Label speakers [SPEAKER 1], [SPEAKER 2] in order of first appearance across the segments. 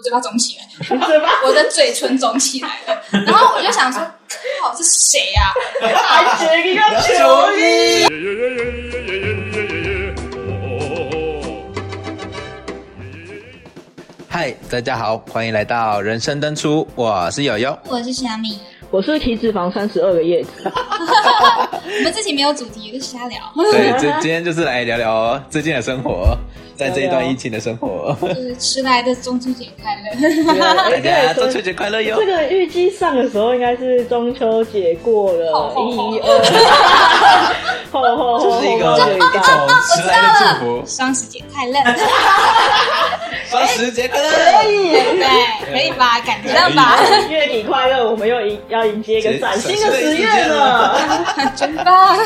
[SPEAKER 1] 嘴巴肿起来，
[SPEAKER 2] 对吧？
[SPEAKER 1] 我的嘴唇肿起来了，然后我就想说，靠，这是谁啊呀、
[SPEAKER 2] 还是一个球迷。
[SPEAKER 3] 嗨，大家好，欢迎来到人生登出，我是 友友。
[SPEAKER 1] 我是虾米，
[SPEAKER 2] 我是体脂肪三十二个叶子，
[SPEAKER 1] 我们这集没有主题，就瞎聊，
[SPEAKER 3] 对，这今天就是来聊聊最近的生活，在这一段疫情的生活，
[SPEAKER 1] 就是迟来的中秋节快乐。
[SPEAKER 3] 大
[SPEAKER 2] 大
[SPEAKER 3] 家中秋节快乐哟
[SPEAKER 2] 哎
[SPEAKER 1] 哎
[SPEAKER 2] 这！个预计上的时候应该是中秋节过了，
[SPEAKER 1] 吼吼吼
[SPEAKER 2] 一二，吼吼吼吼
[SPEAKER 3] 这
[SPEAKER 2] 吼
[SPEAKER 3] 是一
[SPEAKER 2] 吼
[SPEAKER 3] 个
[SPEAKER 2] 这
[SPEAKER 3] 一
[SPEAKER 2] 一
[SPEAKER 3] 种
[SPEAKER 2] 道。
[SPEAKER 3] 迟来的祝福，
[SPEAKER 1] 双十节快乐，
[SPEAKER 3] 双十节快
[SPEAKER 2] 可
[SPEAKER 1] 哎
[SPEAKER 3] 乐！
[SPEAKER 2] 以，
[SPEAKER 1] 对，可以吧？感觉到吧？
[SPEAKER 2] 月底快乐，我们又迎要迎接一个崭新的十
[SPEAKER 3] 新的一
[SPEAKER 2] 月
[SPEAKER 3] 天
[SPEAKER 2] 了，
[SPEAKER 1] 真棒！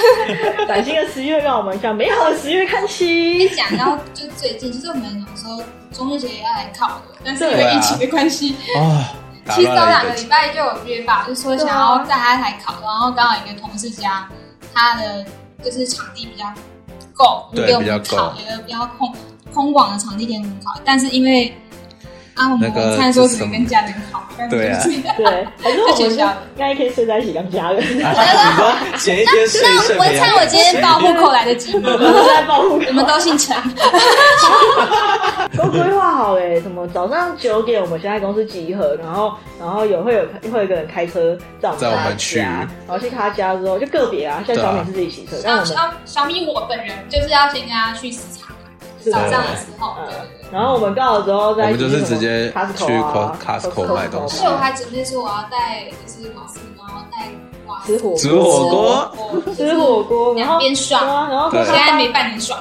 [SPEAKER 2] 崭新的十月让我们向美好的十月看
[SPEAKER 1] 一
[SPEAKER 2] 齐。
[SPEAKER 1] 讲到就最近，其实我们有时候中秋节要来考的，但是因
[SPEAKER 3] 对
[SPEAKER 1] 为
[SPEAKER 3] 啊
[SPEAKER 1] 疫情的关系，
[SPEAKER 3] 啊，打
[SPEAKER 1] 其实
[SPEAKER 3] 乱
[SPEAKER 1] 早两
[SPEAKER 3] 了
[SPEAKER 1] 个
[SPEAKER 3] 一
[SPEAKER 1] 礼
[SPEAKER 3] 个。
[SPEAKER 1] 拜就有约法，就说想要在他来考，然后刚好一个同事家，他的就是场地比较够，
[SPEAKER 3] 对
[SPEAKER 1] 给我
[SPEAKER 3] 比
[SPEAKER 1] 们
[SPEAKER 3] 较
[SPEAKER 1] 考
[SPEAKER 3] 够
[SPEAKER 1] 一个比较空空广的场地给我们考，但是因为啊，我
[SPEAKER 3] 那
[SPEAKER 1] 们
[SPEAKER 3] 个
[SPEAKER 1] 午餐说
[SPEAKER 3] 是
[SPEAKER 1] 只
[SPEAKER 3] 什
[SPEAKER 1] 能
[SPEAKER 3] 么
[SPEAKER 1] 跟家人考，但是
[SPEAKER 3] 对 啊
[SPEAKER 1] 就是
[SPEAKER 2] 对，还是我们
[SPEAKER 1] 在
[SPEAKER 2] 就
[SPEAKER 1] 学校
[SPEAKER 2] 应该可以睡在一起当家人，
[SPEAKER 3] 啊 你说前一天睡一睡，
[SPEAKER 1] 我猜我今天报户口来得及吗？
[SPEAKER 2] 我们在保护
[SPEAKER 1] 我们都姓 陈，
[SPEAKER 2] 都规划好哎、什么早上九点我们先在公司集合，然后然后有会有会有一个人开车载我们
[SPEAKER 3] 载我
[SPEAKER 2] 到他
[SPEAKER 3] 们去
[SPEAKER 2] 家，然后去他家之后就个别啊，像
[SPEAKER 3] 对
[SPEAKER 2] 小
[SPEAKER 3] 啊
[SPEAKER 2] 米是自己骑车，
[SPEAKER 1] 小
[SPEAKER 2] 但我们
[SPEAKER 1] 小小米我本人就是要先跟他去市场
[SPEAKER 2] 是
[SPEAKER 1] 早
[SPEAKER 2] 的
[SPEAKER 1] 上的时候，
[SPEAKER 2] 嗯
[SPEAKER 1] 对对对。
[SPEAKER 2] 然后我们到了之后再
[SPEAKER 3] 我们就是
[SPEAKER 2] 去什么
[SPEAKER 3] 直接
[SPEAKER 2] Costco
[SPEAKER 3] 去
[SPEAKER 2] 啊
[SPEAKER 3] Costco- Costco 买东西
[SPEAKER 1] 所以我还准备说我要带就是瓦斯，然后带瓦斯
[SPEAKER 2] 吃火锅
[SPEAKER 3] 煮火 锅，
[SPEAKER 1] 锅
[SPEAKER 2] 吃火锅，然后
[SPEAKER 1] 两边爽
[SPEAKER 2] 对啊然后
[SPEAKER 3] 对
[SPEAKER 1] 现在没半年爽，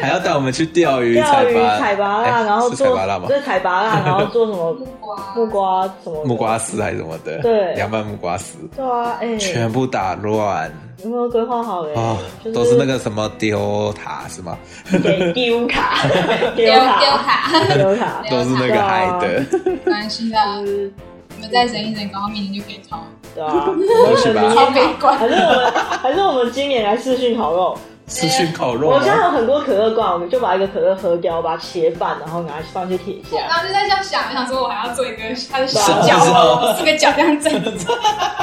[SPEAKER 3] 还要带我们去钓鱼、
[SPEAKER 2] 钓鱼
[SPEAKER 3] 拔、
[SPEAKER 2] 采拔
[SPEAKER 3] 哎
[SPEAKER 2] 啦，然后
[SPEAKER 3] 是
[SPEAKER 2] 做
[SPEAKER 3] 采拔辣吗？
[SPEAKER 2] 对采拔 啦，然后做什么
[SPEAKER 1] 木瓜
[SPEAKER 2] 木瓜什么的
[SPEAKER 3] 木瓜丝还是什么的？
[SPEAKER 2] 对
[SPEAKER 3] 凉拌木瓜丝，
[SPEAKER 2] 对啊，哎、
[SPEAKER 3] 全部打乱
[SPEAKER 2] 有没有规划好哎、
[SPEAKER 3] 啊
[SPEAKER 2] 就！
[SPEAKER 3] 都是那个什么丢塔是吗？
[SPEAKER 2] 给 丢卡 丢
[SPEAKER 1] 丢丢
[SPEAKER 2] 卡
[SPEAKER 1] 卡，
[SPEAKER 2] 丢卡
[SPEAKER 1] 对，
[SPEAKER 3] 都是那个海的，
[SPEAKER 1] 没关系的，
[SPEAKER 2] 就是
[SPEAKER 1] 你们再忍一忍，搞到明年就可以考。
[SPEAKER 2] 对 啊，我
[SPEAKER 3] 去
[SPEAKER 2] 们
[SPEAKER 3] 吧
[SPEAKER 2] 明
[SPEAKER 1] 好
[SPEAKER 2] 年
[SPEAKER 1] 悲观，
[SPEAKER 2] 还是我们，还是我们今年来试训烤肉。
[SPEAKER 3] 是熏烤肉
[SPEAKER 2] 我
[SPEAKER 3] 吗
[SPEAKER 2] 现？在有很多可乐罐，我们就把一个可乐喝掉，把它切半，然后拿去放去铁
[SPEAKER 1] 然
[SPEAKER 2] 下。
[SPEAKER 1] 后就在这样想，我想说我还要做一个它的小
[SPEAKER 3] 什么
[SPEAKER 1] 脚，哦四个脚这样整，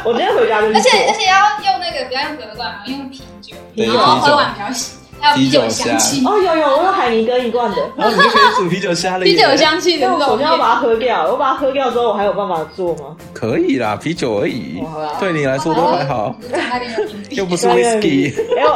[SPEAKER 2] 我今天回家就去
[SPEAKER 1] 而且
[SPEAKER 2] 做
[SPEAKER 1] 而且要用那个不要用隔断，啊要用啤酒，
[SPEAKER 3] 对
[SPEAKER 1] 然后喝完比较喜，还有啤酒香气，
[SPEAKER 2] 哦，有有，我有海尼根一罐的，
[SPEAKER 3] 然后哦你就可以煮啤酒虾了耶。
[SPEAKER 1] 啤酒香气的
[SPEAKER 2] 但
[SPEAKER 1] 那
[SPEAKER 2] 我
[SPEAKER 1] 种
[SPEAKER 2] 首先要
[SPEAKER 1] 面。
[SPEAKER 2] 把它喝掉。我把它喝掉之后，我还有办法做吗？
[SPEAKER 3] 可以啦，啤酒而已
[SPEAKER 2] 哦好啦，
[SPEAKER 3] 对你来说都还好，
[SPEAKER 1] 那边有瓶
[SPEAKER 3] 又
[SPEAKER 1] 底。
[SPEAKER 3] 不是 whisky。
[SPEAKER 2] 哎呦，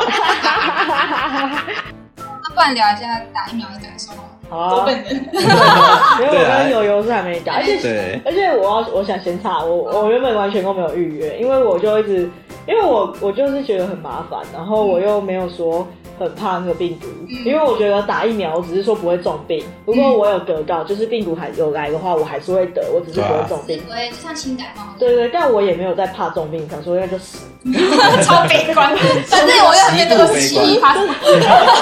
[SPEAKER 1] 那不然聊一下打疫苗的感受吧。
[SPEAKER 2] 好
[SPEAKER 1] 我
[SPEAKER 2] 啊，
[SPEAKER 1] 本 人
[SPEAKER 2] 因为
[SPEAKER 3] 对
[SPEAKER 2] 我
[SPEAKER 3] 啊
[SPEAKER 2] 跟友友是还没打，而且
[SPEAKER 3] 对，
[SPEAKER 2] 而且我要我想先插，我我原本完全都没有预约，因为我就一直，因为我我就是觉得很麻烦，然后我又没有说很怕那个病毒，
[SPEAKER 1] 嗯
[SPEAKER 2] 因为我觉得打疫苗，我只是说不会重病。如果我有得到，就是病毒还有来的话，我还是会得，我只是不会重病。
[SPEAKER 1] 我也就像轻感冒，
[SPEAKER 2] 对对，但我也没有在怕重病，想说那就死。
[SPEAKER 1] 超悲观。反正我有变得二十七发，等我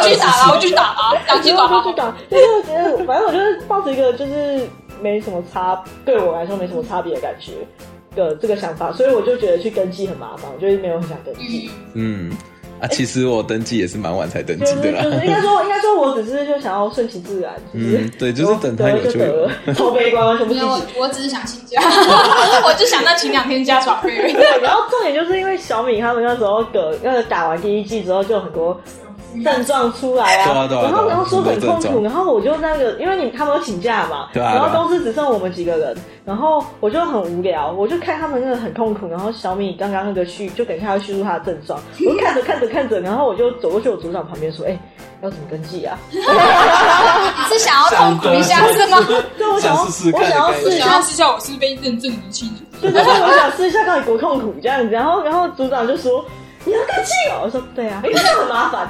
[SPEAKER 1] 去打了，我去打了，想去
[SPEAKER 2] 结
[SPEAKER 1] 打
[SPEAKER 2] 果
[SPEAKER 1] 了
[SPEAKER 2] 就去。打，对对对，反正我就是抱着一个就是没什么差，对我来说没什么差别的感觉的这个想法，所以我就觉得去登记很麻烦，我就是没有很想登记。
[SPEAKER 1] 嗯，
[SPEAKER 3] 嗯啊，
[SPEAKER 2] 哎
[SPEAKER 3] 其实我登记也是蛮晚才登
[SPEAKER 2] 就
[SPEAKER 3] 记
[SPEAKER 2] 是
[SPEAKER 3] 的
[SPEAKER 2] 就是，
[SPEAKER 3] 啦。
[SPEAKER 2] 应该说，应该说，我只是就想要顺其自然，就是、
[SPEAKER 3] 嗯对就是等它有
[SPEAKER 2] 就
[SPEAKER 3] 就有
[SPEAKER 2] 得 了，超悲观，完全不
[SPEAKER 1] 没
[SPEAKER 2] 积
[SPEAKER 1] 有，我
[SPEAKER 2] 极。
[SPEAKER 1] 我只是想请假， 我就想到请两天假耍废。
[SPEAKER 2] 对，然后重点就是因为小米他们那时候得那个打完第一季之后，就有很多症状出来
[SPEAKER 3] 对
[SPEAKER 2] 啊，
[SPEAKER 3] 啊对啊
[SPEAKER 2] 然后
[SPEAKER 3] 对啊
[SPEAKER 2] 然后说很痛
[SPEAKER 3] 很多症
[SPEAKER 2] 苦，
[SPEAKER 3] 状
[SPEAKER 2] 然后我就那个，因为你他们有请假嘛，
[SPEAKER 3] 对啊
[SPEAKER 2] 然
[SPEAKER 3] 对
[SPEAKER 2] 后
[SPEAKER 3] 啊
[SPEAKER 2] 公司只剩我们几个人，然后我就很无聊，我就看他们那个很痛苦，然后小米刚刚那个叙就等一下要叙述他的症状，我就看着看着看着，然后我就走过去我组长旁边说，哎、要怎么登记啊？
[SPEAKER 1] 你 是想要痛苦一下是吗？
[SPEAKER 2] 对，我想要，
[SPEAKER 3] 想试试看
[SPEAKER 2] 我想要试一
[SPEAKER 1] 想
[SPEAKER 2] 下
[SPEAKER 1] 要试一下我是被认证毒气
[SPEAKER 2] 对对对，我想试一下到底多痛苦这样子。然后然后组长就说你要登记哦，我说对啊，因为这样很麻烦。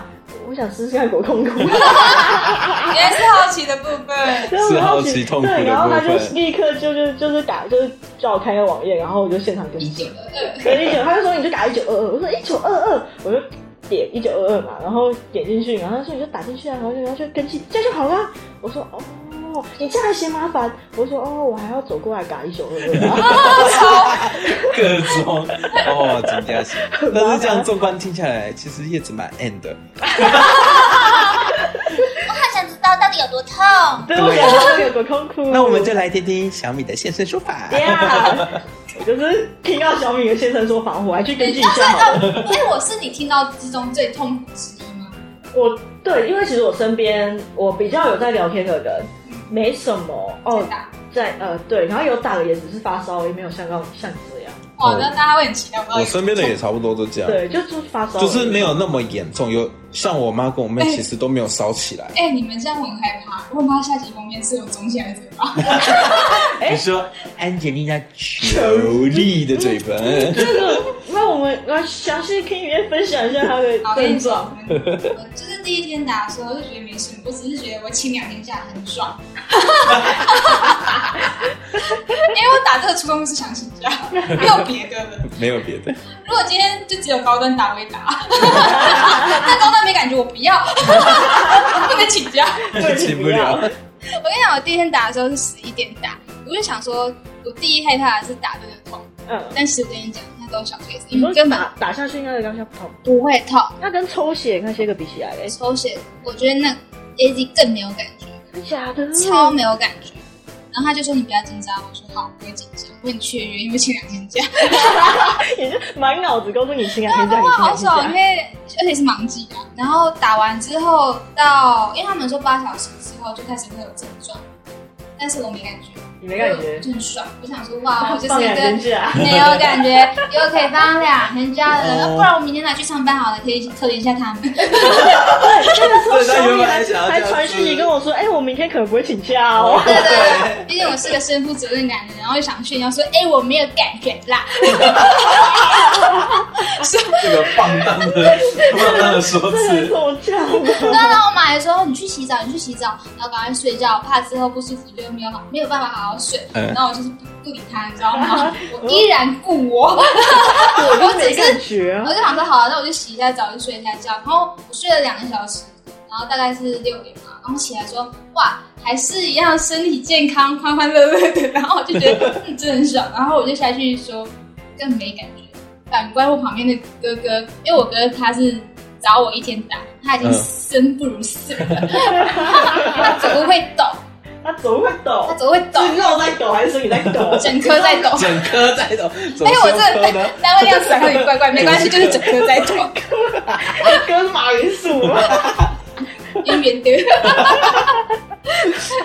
[SPEAKER 2] 我想试试看多 痛苦，
[SPEAKER 1] 也是好奇的部分。
[SPEAKER 2] 然后
[SPEAKER 3] 是
[SPEAKER 2] 然后
[SPEAKER 3] 好奇痛苦的
[SPEAKER 2] 对，然后他就
[SPEAKER 3] 部分
[SPEAKER 2] 立刻就是就是打就是叫我开个网页，然后我就现场登
[SPEAKER 1] 一
[SPEAKER 2] 记
[SPEAKER 1] 九。二
[SPEAKER 2] 对一九，他就说你就打一九二二，我说一九二二，我就点一九二二嘛，然后点进去，然后他说你就打进去啊，然后就然后就跟进，这样就好啦。我说哦。你这样还嫌麻烦？我说哦，我还要走过来打一九二二啊。
[SPEAKER 3] 各种哦，真的 是。但是这样纵观听下来，其实叶子蛮 end 的。
[SPEAKER 1] 我很想知道
[SPEAKER 4] 到底有多痛？
[SPEAKER 2] 对，我想到有多痛苦。
[SPEAKER 3] 那我 们就来听听小米的现身说法。
[SPEAKER 2] 呀，啊我就是听到小米的先生说法，我还去跟进一
[SPEAKER 1] 但是
[SPEAKER 2] 下好了。
[SPEAKER 1] 啊，哎，我是你听到之中最痛苦之一吗？
[SPEAKER 2] 我对，因为其实我身边我比较有在聊天的人，没什么哦
[SPEAKER 1] 最，大
[SPEAKER 2] 在呃对，然后有打的也只是发烧，也没有像刚像你这样，
[SPEAKER 1] 哇，那大家会很期待。
[SPEAKER 3] 哦我身边的也差不多都这样，
[SPEAKER 2] 对，就就是发烧而已，
[SPEAKER 3] 啊就是 没有那么严重。有像我妈跟我妹，其实都没有烧起来。
[SPEAKER 1] 哎、你们这样我很害怕。我很怕下集封面是有肿起来的嘴巴，
[SPEAKER 2] 哎
[SPEAKER 3] 你说安吉丽娜·裘丽的嘴唇，
[SPEAKER 2] 这个。那我们来详细听里面分享一下他的
[SPEAKER 1] 好
[SPEAKER 2] 症
[SPEAKER 1] 跟
[SPEAKER 2] 状。
[SPEAKER 1] 你说我就是第一天打的时候就觉得没什么，我只是觉得我请两天假很爽。因为我打这个初衷是想请假，没有别的了。
[SPEAKER 3] 没有别的。
[SPEAKER 1] 如果今天就只有高端打，我也打。 但高端没感觉，我不要， 我不能请假。
[SPEAKER 2] 对
[SPEAKER 3] 起不了
[SPEAKER 2] 你
[SPEAKER 1] 我跟你讲，我第一天打的时候是十一点打，我就想说，我第一害怕的是打这个痛，
[SPEAKER 2] 嗯，
[SPEAKER 1] 但是我跟你讲，那都是小 case，
[SPEAKER 2] 你
[SPEAKER 1] 因
[SPEAKER 2] 说
[SPEAKER 1] 为根本
[SPEAKER 2] 打打下去应该刚下不痛，
[SPEAKER 1] 不会痛。
[SPEAKER 2] 那跟抽血那些个比起来，哎，
[SPEAKER 1] 抽血，我觉得那 A Z 更没有感觉，
[SPEAKER 2] 真假的？
[SPEAKER 1] 超没有感觉。然后他就说你不要紧张，我说好，不会紧张。我很雀跃，因为请两天假，
[SPEAKER 2] 你就满脑子告诉你情感
[SPEAKER 1] 对啊，
[SPEAKER 2] 天价，
[SPEAKER 1] 哇，
[SPEAKER 2] 你情
[SPEAKER 1] 好
[SPEAKER 2] 感
[SPEAKER 1] 爽，因
[SPEAKER 2] 天价。
[SPEAKER 1] 为而且是忙季啊。然后打完之后到，因为他们说八小时之后就开始会有症状，但是我没感觉，
[SPEAKER 2] 你 没感觉
[SPEAKER 1] 我就很爽。我想说哇，我就
[SPEAKER 2] 放
[SPEAKER 1] 是一
[SPEAKER 2] 两天
[SPEAKER 1] 个
[SPEAKER 2] 假，
[SPEAKER 1] 没有感觉，又可以放两天假的，
[SPEAKER 3] 哦
[SPEAKER 1] 不然我明天拿去上班好了，可以特怜一下他们。
[SPEAKER 2] 对，那个时候
[SPEAKER 3] 对他
[SPEAKER 2] 小
[SPEAKER 3] 原
[SPEAKER 2] 米
[SPEAKER 3] 本
[SPEAKER 2] 还
[SPEAKER 3] 还想要
[SPEAKER 2] 还
[SPEAKER 3] 这样
[SPEAKER 2] 传讯息
[SPEAKER 3] 子
[SPEAKER 2] 跟我说，哎，我明天可能不会请假哦。
[SPEAKER 1] 对对对，毕竟我是个身负责任感的人，然后就想炫耀说，哎、我没有感觉啦。
[SPEAKER 3] 这个放荡的放荡 的说
[SPEAKER 2] 这很
[SPEAKER 3] 辞，
[SPEAKER 2] 我讲 的。
[SPEAKER 1] 然后我妈还说，你去洗澡，你去洗澡，然后赶快睡觉，怕之后不舒服就没有好没有办法好好睡。
[SPEAKER 3] 嗯
[SPEAKER 1] 然后我就是不不理她，你知道吗？我依然故我，
[SPEAKER 2] 我
[SPEAKER 1] 我
[SPEAKER 2] 就
[SPEAKER 1] 只
[SPEAKER 2] 没
[SPEAKER 1] 是
[SPEAKER 2] 感觉啊
[SPEAKER 1] 我，就想说，好、啊，那我就洗一下澡，就睡一下觉。然后我睡了两个小时，然后大概是六点嘛，然后起来说，哇，还是一样身体健康，欢欢乐乐的。然后我就觉得，嗯，真的很爽。然后我就下去说，更没感觉。反观我旁边的哥哥，因为我哥他是找我一天打，他已经
[SPEAKER 3] 嗯
[SPEAKER 1] 生不如死了， 他走路会抖，
[SPEAKER 2] 他总会抖
[SPEAKER 1] 他，走路会抖，
[SPEAKER 2] 是肉在抖还是说你在抖？
[SPEAKER 1] 整颗在抖。
[SPEAKER 3] 整颗在抖，怎么
[SPEAKER 1] 哎，我
[SPEAKER 3] 是用
[SPEAKER 1] 这
[SPEAKER 3] 颗 呢？
[SPEAKER 1] 单位样子有点怪怪，没关系，就是整颗在抖，
[SPEAKER 2] 跟马铃薯吗？
[SPEAKER 1] 圆圆 的。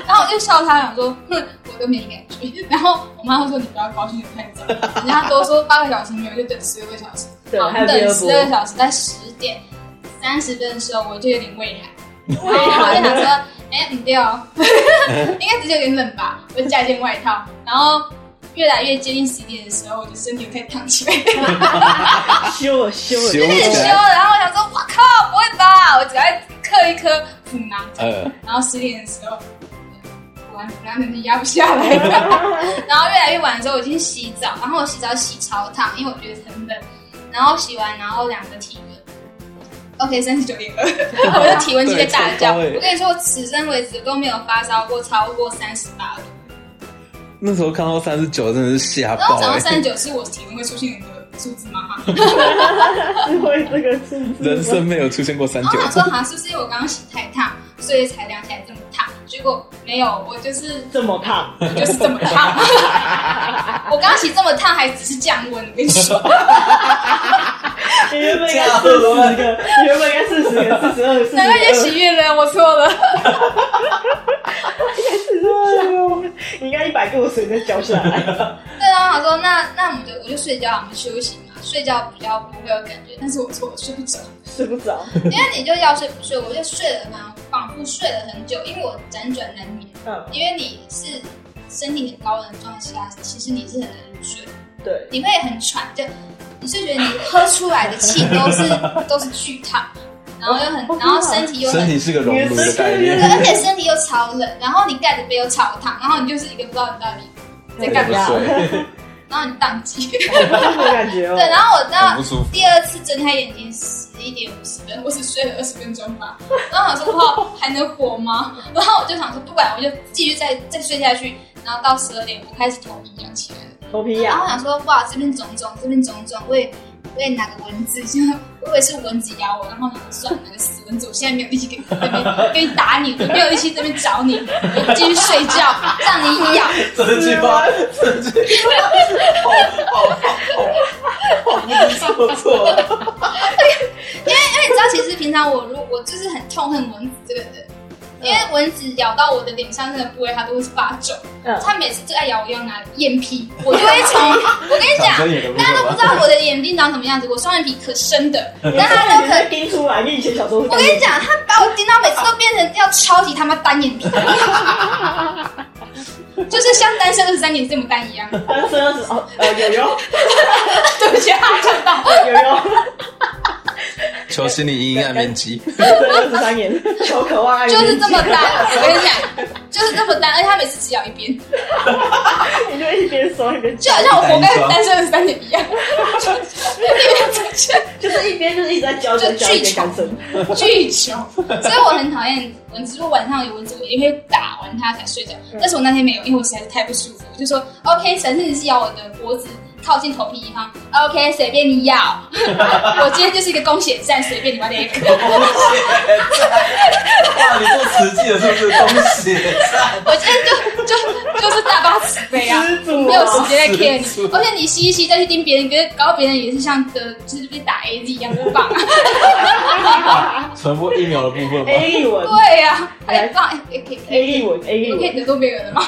[SPEAKER 1] 然后我就笑他，想说，哼，我都没感觉。 然后我妈就说，你不要高兴的太早，人家都说八个小时没有，就等十二个小时。
[SPEAKER 2] 对
[SPEAKER 1] 好，
[SPEAKER 2] 还有第
[SPEAKER 1] 等
[SPEAKER 2] 二
[SPEAKER 1] 十二个
[SPEAKER 2] 波，
[SPEAKER 1] 小时，在十点三十分的时候，我就有点胃寒，
[SPEAKER 2] 胃
[SPEAKER 1] 然后我
[SPEAKER 2] 寒
[SPEAKER 1] 就想说，哎、不对哦， 应该只是有点冷吧，我就加一件外套，然后。越来越接近十点的时候，我的身体开始烫起来，有
[SPEAKER 2] 修了修了，
[SPEAKER 3] 修
[SPEAKER 1] 点 羞。
[SPEAKER 3] 了
[SPEAKER 1] 然后我想说，我靠，不会吧？我只要刻一颗补囊，
[SPEAKER 3] 呃，
[SPEAKER 1] 然后十点的时候，果然果然能力压不下来了。然后越来越晚的时候，我已经洗澡，然后我洗澡洗超烫，因为我觉得很冷。然后洗完，然后量个体温，OK，三十九点二，我的体温直接大叫。
[SPEAKER 3] 对超高欸
[SPEAKER 1] 我跟你说，我此生为止都没有发烧过超过三十八度。
[SPEAKER 3] 那时候看到三十九，真的是吓
[SPEAKER 1] 然后
[SPEAKER 3] 爆
[SPEAKER 1] 我想到哦三
[SPEAKER 3] 哎
[SPEAKER 1] 十！九是我体温会出现的数字吗？
[SPEAKER 2] 智慧这个字，
[SPEAKER 3] 哎人生没有出现过三
[SPEAKER 1] 然后
[SPEAKER 3] 九
[SPEAKER 1] 我，想说，好像是不是因为我刚刚洗太烫，所以才量起来这么烫？结果没有，我就是
[SPEAKER 2] 这么烫，
[SPEAKER 1] 就是这么烫。 我刚洗这么烫，还只是降温，我跟你说，
[SPEAKER 2] 你原本应该四十个，你原本应该四十个，四十二，四 十
[SPEAKER 1] 难怪你
[SPEAKER 2] 二，
[SPEAKER 1] 喜悦了，我错了。
[SPEAKER 2] 四十二你应该一百个，我水再浇下来。
[SPEAKER 1] 对啊，我想说那那我们就我就睡觉，我们休息嘛，睡觉比较不会有感觉，但是我错，我睡不着，
[SPEAKER 2] 睡不着，
[SPEAKER 1] 因为你就要睡不睡，我就睡了嘛，仿佛睡了很久，因为我辗转难眠，
[SPEAKER 2] 嗯，
[SPEAKER 1] 因为你是身体很高冷的状态下，其实你是很难入睡，
[SPEAKER 2] 对，
[SPEAKER 1] 你会很喘，就你是觉得你喝出来的气都是都是巨烫，然后又很，然后身体又很
[SPEAKER 3] 身体是个熔炉的概
[SPEAKER 2] 你
[SPEAKER 3] 念
[SPEAKER 2] 的
[SPEAKER 1] 对，。而且身体又超冷，然后你盖着被又超烫，然后你就是一个不知道你到底，在干 嘛
[SPEAKER 3] 水，
[SPEAKER 1] 然后你宕机。
[SPEAKER 2] 我感觉哦
[SPEAKER 1] 对，，然后我到
[SPEAKER 3] 很不舒服。
[SPEAKER 1] 第二次睁开眼睛十一点五十分，我只睡了二十分钟吧，然后我想说哇还能活吗？然后我就想说不管，我就继续再再睡下去，然后到十二点我开始头皮痒起来了，
[SPEAKER 2] 头皮
[SPEAKER 1] 然后
[SPEAKER 2] 痒，
[SPEAKER 1] 我想说哇这边肿肿，这边肿肿，我也被哪个蚊子，就我以为是蚊子咬我，然后你算了哪个死蚊子，我现在没有力气给你这边给你打你，我没有力气这边找你，我继续睡觉， 让你咬。
[SPEAKER 4] 这句话，这句话，好好好好，好不知所措。
[SPEAKER 1] 因为你知道，其实平常我如我就是很痛恨蚊子这个人，因为蚊子咬到我的脸上那个部位，它都会发肿。
[SPEAKER 2] 嗯
[SPEAKER 1] 它每次最爱咬我要哪里？眼皮，我就会从我跟你讲，
[SPEAKER 4] 真也
[SPEAKER 1] 大家都不知道我的眼睛长什么样子，我双眼皮可深的，但它
[SPEAKER 2] 那
[SPEAKER 1] 都
[SPEAKER 2] 你
[SPEAKER 1] 可。
[SPEAKER 2] 是盯出来，你以前小时候是
[SPEAKER 1] 我跟你讲，它把我盯到每次都变成要超级他妈单 眼皮，就是像单身二十三年这么单一样。
[SPEAKER 2] 单身二十哦，呃，有有
[SPEAKER 1] 对不起，啊他看到。
[SPEAKER 2] 有有，
[SPEAKER 3] 求心理阴暗面 积。
[SPEAKER 2] 单身二十三年，求可望爱你
[SPEAKER 1] 就是这么 单，我跟你讲，就是这么单，而且它每次只咬一边，
[SPEAKER 2] 你就一边说一边
[SPEAKER 1] 就
[SPEAKER 2] 讲，
[SPEAKER 1] 好像我活该单身二十三年一 样，就
[SPEAKER 2] 就是一边就是一直在教着
[SPEAKER 1] 就
[SPEAKER 2] 教
[SPEAKER 1] 巨
[SPEAKER 2] 一边
[SPEAKER 1] 丑
[SPEAKER 2] 单身。
[SPEAKER 1] 巨穷。所以我很讨厌蚊子，如果晚上有蚊子，我一定会打完它才睡觉。但是我那天没有，因为我实在是太不舒服，我就说 OK，神圣是咬我的脖子靠近头皮一方，OK，随便你咬。我今天就是一个供血站，随便你把那个。
[SPEAKER 4] 哇，你做实际的是不是东西？
[SPEAKER 1] 我今天就就就是大发慈悲啊，
[SPEAKER 2] 知足啊
[SPEAKER 1] 没有时间在 care
[SPEAKER 4] 知
[SPEAKER 1] 你
[SPEAKER 4] 足，
[SPEAKER 1] 而且你吸一吸再去盯别人，别人搞到别人也是像得就是被打 AZ 一样不棒、啊。
[SPEAKER 4] 传播疫苗的部分吗？
[SPEAKER 1] 哎
[SPEAKER 2] A 立文
[SPEAKER 1] 对呀、啊，他也棒，哎、欸，可以可以，
[SPEAKER 2] ，A 立文，A
[SPEAKER 1] 你
[SPEAKER 2] 立
[SPEAKER 1] 们可以
[SPEAKER 2] 文，
[SPEAKER 1] 得罪别人了吗？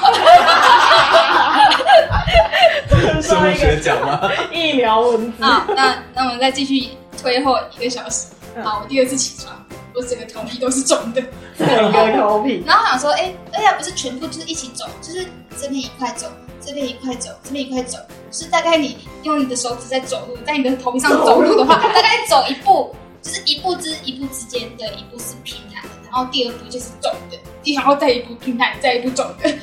[SPEAKER 4] 生
[SPEAKER 2] 上
[SPEAKER 4] 物
[SPEAKER 2] 一
[SPEAKER 4] 学
[SPEAKER 2] 个
[SPEAKER 4] 奖吗？
[SPEAKER 2] 疫苗文字，
[SPEAKER 1] 啊，那那我们再继续推后一个小时。
[SPEAKER 2] 嗯
[SPEAKER 1] 好，我第二次起床，我整个头皮都是肿的。
[SPEAKER 2] 整个头皮，
[SPEAKER 1] 然后想说，哎、而且不是全部就是一起走，就是这边一块走，这边一块走，这边一块走，就是大概你用你的手指在走路，在你的头皮上走路的话，大概走一步，就是一步之一步之间的一步是平坦的，然后第二步就是走的，然后再一步平坦，再一步走的，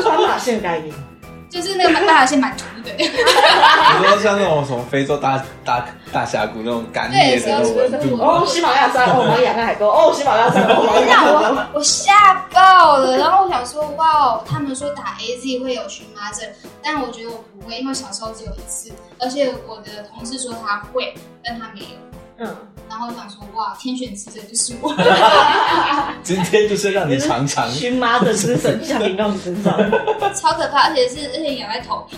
[SPEAKER 2] 穿马线概念，
[SPEAKER 1] 就是那个蛮大线蛮秃的，
[SPEAKER 4] 你说像那种什么非洲大大大峡谷那种干裂的那种纹路
[SPEAKER 2] 哦，
[SPEAKER 4] 吗？
[SPEAKER 2] 喜马拉雅山，哦，玛利亚纳海沟，哦，喜马拉雅山，哦，玛利亚
[SPEAKER 1] 让
[SPEAKER 2] 纳海沟。
[SPEAKER 1] 我我吓爆了。然后我想说，哇哦，他们说打 AZ 会有荨麻疹，但我觉得我不会，因为小时候只有一次，而且我的同事说他会，但他没有。
[SPEAKER 2] 嗯，
[SPEAKER 1] 然后我想说，哇，天选之人就是我。
[SPEAKER 4] 今天就是让你尝尝。
[SPEAKER 1] 嗯
[SPEAKER 2] 荨麻疹之神降临到你身上，
[SPEAKER 1] 超可怕，而且是而且咬在头皮，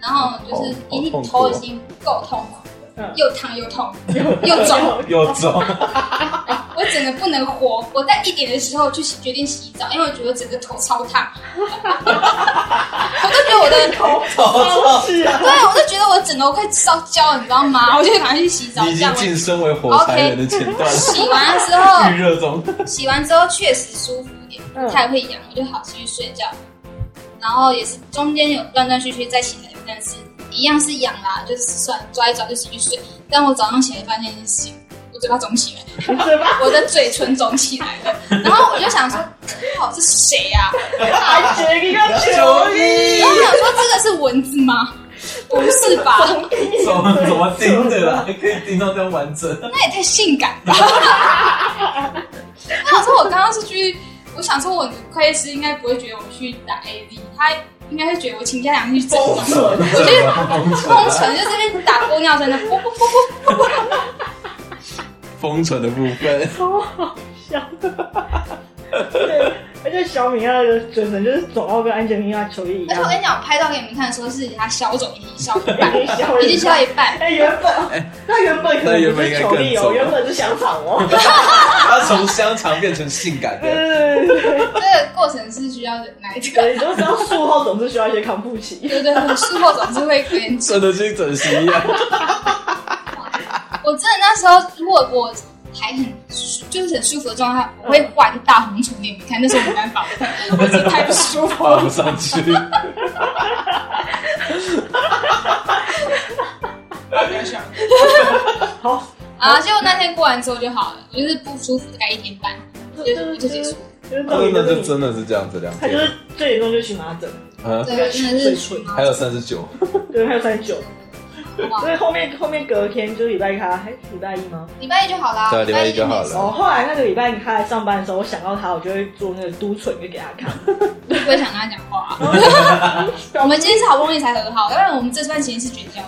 [SPEAKER 1] 然后就是
[SPEAKER 4] 好
[SPEAKER 1] 已
[SPEAKER 4] 好
[SPEAKER 1] 经
[SPEAKER 4] 痛苦哦
[SPEAKER 1] 头已经够痛苦了
[SPEAKER 2] 嗯，
[SPEAKER 1] 又烫又痛又肿，
[SPEAKER 4] 有 种，
[SPEAKER 1] 我整个不能活。我在一点的时候去洗决定洗澡，因为我觉得整个头超烫，我都觉得我的头，
[SPEAKER 2] 超
[SPEAKER 1] 哦
[SPEAKER 2] 是啊，
[SPEAKER 1] 对我都觉得我整个快烧焦了，你知道 吗？我就赶快去洗澡，
[SPEAKER 4] 你已
[SPEAKER 1] 这
[SPEAKER 4] 经
[SPEAKER 1] 样
[SPEAKER 4] 晋升为火柴人的前段，
[SPEAKER 1] 洗完之后，
[SPEAKER 4] 预热中。
[SPEAKER 1] 洗完之后确实舒服一点，
[SPEAKER 2] 嗯
[SPEAKER 1] 不太会痒，我就好继续睡觉。然后也是中间有断断续续再起来，但是一样是痒啦，就是算了抓一抓就继续睡。但我早上起来发现是我嘴巴肿起来 了，
[SPEAKER 2] 你嘴巴
[SPEAKER 1] 我的嘴唇肿起来了。然后我就想说，靠，这是谁呀、
[SPEAKER 2] 还结一个 球 衣，
[SPEAKER 1] 然后我想说，这个是蚊子吗？不是吧？
[SPEAKER 4] 怎么怎么盯的啦？可以盯到这样完 整。
[SPEAKER 1] 那也太性感 了。我想说，我刚刚是去，我想说我的会计师应该不会觉得我去打 AD，他应该会觉得我请假两天去整容。
[SPEAKER 4] 我觉
[SPEAKER 1] 封城就这边打玻尿酸的，啵啵啵啵。
[SPEAKER 3] 封存的部分，
[SPEAKER 2] 超好笑。对，而且小米亚的嘴唇就是肿到跟安吉丽娜球衣一
[SPEAKER 1] 而且我
[SPEAKER 2] 样，
[SPEAKER 1] 跟你讲，我拍照给你们看的时候是它消肿已经消一 半，
[SPEAKER 2] 已经消
[SPEAKER 1] 已经消一半。
[SPEAKER 2] 哎，原本那原本可能不是球衣哦，原本是香肠哦。
[SPEAKER 4] 他从香肠变成性感
[SPEAKER 2] 对
[SPEAKER 4] 的，
[SPEAKER 2] 对对对
[SPEAKER 1] 这个过程是需要忍耐的，
[SPEAKER 2] 对，你都知道术后总是需要一些康复期。
[SPEAKER 1] 对对对，术后总是会有点
[SPEAKER 4] 真的去整形一样。
[SPEAKER 1] 我真的那时候，如果我还很舒就是很舒服的状态，我会画一个大红唇给你们看，那时候没办法，我真的太不舒服
[SPEAKER 4] 画
[SPEAKER 1] 了。
[SPEAKER 4] 不上去。
[SPEAKER 2] 好，
[SPEAKER 1] 啊，结果那天过完之后就好了，我就是不舒服大概一天半，就就结束。
[SPEAKER 2] 就是到底
[SPEAKER 4] 那
[SPEAKER 2] 就
[SPEAKER 4] 就
[SPEAKER 2] 是你，
[SPEAKER 4] 真的是这样子，两
[SPEAKER 2] 他就
[SPEAKER 4] 天
[SPEAKER 2] 是。 最严重就是荨麻疹，
[SPEAKER 4] 嗯，
[SPEAKER 1] 对，真的是
[SPEAKER 2] 嘴唇
[SPEAKER 4] 还有三十九，
[SPEAKER 2] 对，还有三九，
[SPEAKER 1] 哇
[SPEAKER 2] 所以后面后面隔天就是礼拜一他，还礼拜一吗？
[SPEAKER 1] 礼拜一就好啦，
[SPEAKER 3] 对啊礼拜一就好了
[SPEAKER 4] 啊
[SPEAKER 1] 没事
[SPEAKER 2] 哦，后来那个礼拜一他来上班的时候，我想到他，我就会做那个督唇，就给他看。
[SPEAKER 1] 不会想跟他讲话、 我们今天是好不容易才和好，要不然我们这段情是绝交。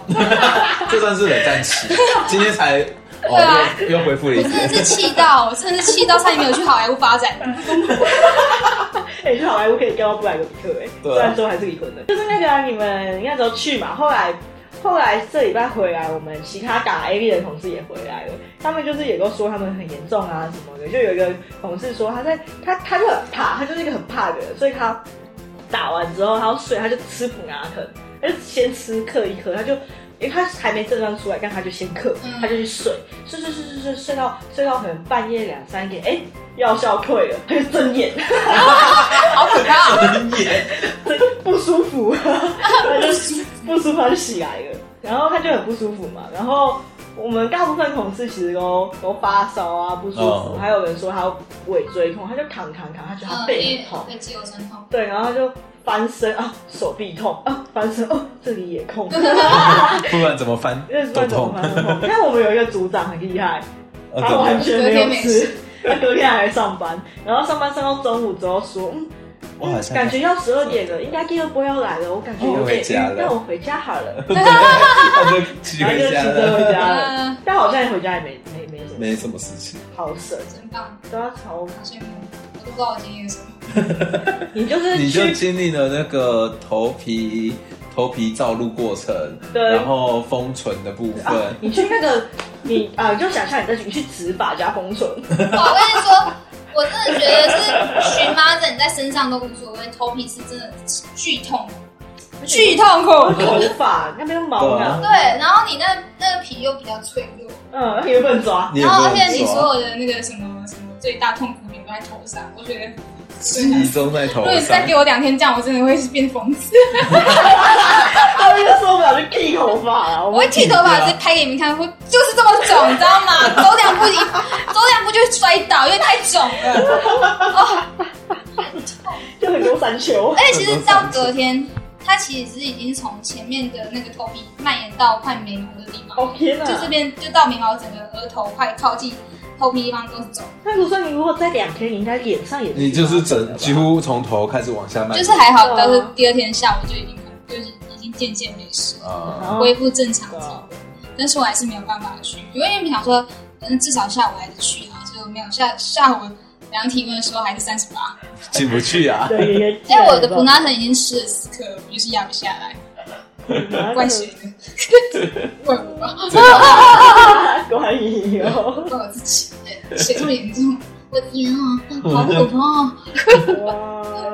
[SPEAKER 3] 这算是冷战期，今天才
[SPEAKER 1] 对啊
[SPEAKER 3] 哦又又恢复了
[SPEAKER 1] 我
[SPEAKER 3] 一
[SPEAKER 1] 真的
[SPEAKER 3] 次，
[SPEAKER 1] 是气到，我真的是气到差点没有去好莱坞发 展。
[SPEAKER 2] 哎、去好莱坞可以钓到布莱德比特哎、
[SPEAKER 3] 对啊
[SPEAKER 2] 虽然说还是离婚的，就是那个啊、你们那时候去嘛，后来后来这礼拜回来，我们其他打 A B 的同事也回来了，他们就是也都说他们很严重啊什么的，就有一个同事说他在他他就很怕，他就是一个很怕的人，所以他打完之后他要睡，他就吃普拿疼，他就先吃克一颗，他就。因为他还没症状出来，但他就先克，
[SPEAKER 1] 嗯
[SPEAKER 2] 他就去睡，睡睡睡睡睡睡到睡到可能半夜两三点，哎、药效退了，他就睁眼，
[SPEAKER 1] 好可 怕、哦！
[SPEAKER 2] 不舒服， 他就不舒服，他就起来了，然后他就很不舒服嘛。然后我们大部分同事其实都都发烧啊，不舒服，
[SPEAKER 3] 哦
[SPEAKER 2] 还有人说他尾椎痛，他就躺躺躺，他觉得他
[SPEAKER 1] 嗯，
[SPEAKER 2] 背
[SPEAKER 1] 因
[SPEAKER 2] 很痛，
[SPEAKER 1] 为肌肉酸痛，
[SPEAKER 2] 对，然后他就翻身啊，手臂痛啊，翻身哦，这里也 痛。
[SPEAKER 3] 不然怎么翻
[SPEAKER 2] 那是
[SPEAKER 3] 都
[SPEAKER 2] 那种
[SPEAKER 3] 痛
[SPEAKER 2] 翻。 身痛，但我们有一个组长很厉害，
[SPEAKER 3] 呃
[SPEAKER 2] 他
[SPEAKER 3] 怎么
[SPEAKER 2] 完
[SPEAKER 3] 样
[SPEAKER 2] 全没
[SPEAKER 1] 隔天
[SPEAKER 2] 有
[SPEAKER 1] 没
[SPEAKER 2] 吃
[SPEAKER 1] 事，
[SPEAKER 2] 他隔天还来上班，然后上班上到中午之后说，嗯，
[SPEAKER 3] 我
[SPEAKER 2] 嗯
[SPEAKER 3] 好像
[SPEAKER 2] 感觉要十二点了，应该第二波要来了，我感觉有点
[SPEAKER 3] 我哦回家
[SPEAKER 2] 晕
[SPEAKER 3] 了，
[SPEAKER 2] 那我回家好了，
[SPEAKER 3] 他就骑
[SPEAKER 2] 然后就
[SPEAKER 3] 回
[SPEAKER 2] 骑
[SPEAKER 3] 家
[SPEAKER 2] 车
[SPEAKER 3] 了，
[SPEAKER 2] 回家了，
[SPEAKER 1] 嗯，
[SPEAKER 2] 但好像回家也没没没什么，
[SPEAKER 3] 没什么事情。
[SPEAKER 2] 好神，
[SPEAKER 1] 真棒，
[SPEAKER 2] 都要超，
[SPEAKER 1] 好羡慕。我都不知道我今天有什么，
[SPEAKER 2] 你就是
[SPEAKER 3] 你就
[SPEAKER 2] 去
[SPEAKER 3] 经历了那个头皮头皮造路过程，
[SPEAKER 2] 对
[SPEAKER 3] 然后封存的部
[SPEAKER 2] 啊
[SPEAKER 3] 分，
[SPEAKER 2] 你去那个你啊，你就想象你在你去植发加 封唇，
[SPEAKER 1] 哇我跟你说，我真的觉得是荨麻疹在身上都无所谓，头皮是真的巨痛，巨 痛
[SPEAKER 2] 然后
[SPEAKER 1] 苦。
[SPEAKER 2] 头发那边毛啊，
[SPEAKER 1] 对，然后你那那个皮又比较脆弱，
[SPEAKER 2] 嗯，也不能抓，
[SPEAKER 3] 你也
[SPEAKER 1] 然哦后而
[SPEAKER 3] 不
[SPEAKER 1] 且你
[SPEAKER 3] 能说
[SPEAKER 1] 所有的啊那个什么什么最大痛苦点都在头上，我觉得。
[SPEAKER 3] 集中在头
[SPEAKER 1] 如果你再
[SPEAKER 3] 上
[SPEAKER 1] 给。我两天这样，我真的会变疯子。
[SPEAKER 2] 他们就受不了就剃头发了，我
[SPEAKER 1] 我
[SPEAKER 2] 们
[SPEAKER 1] 会剃头发，直接拍给你们啊看，我就是这么肿，你知道吗？ 走两步一，走两步就会摔倒，因为太肿了。 哦
[SPEAKER 2] 就很多山丘。
[SPEAKER 1] 而 且其实到隔天，它其实已经从前面的那个头皮蔓延到快眉毛的地方，
[SPEAKER 2] 哦天哪！
[SPEAKER 1] 就这边就到眉毛整个额头快靠近头皮地方都是肿，
[SPEAKER 2] 那如果说你如果在两天，你应该脸上也
[SPEAKER 3] 你就是整几
[SPEAKER 2] 几
[SPEAKER 3] 乎从头开始往下慢，
[SPEAKER 1] 就是还好，但是第二天下午就已经就是已经渐渐没事，
[SPEAKER 3] 啊，
[SPEAKER 2] 哦
[SPEAKER 1] 恢复正常体
[SPEAKER 2] 啊
[SPEAKER 1] 但是我还是没有办法去，因为想说，反正至少下午还是去啊，所以我没有下下午量体温的时候还是三十八，
[SPEAKER 3] 进不去 啊。
[SPEAKER 2] 对，也也
[SPEAKER 1] 因为我的普拉腾已经吃了四颗，我就是压不下来，怪谁呢？怪我吧，
[SPEAKER 2] 关于 哦，
[SPEAKER 1] 怪我自己，对，谁这么严重？我的天啊，好可怕、哦！
[SPEAKER 2] 哇！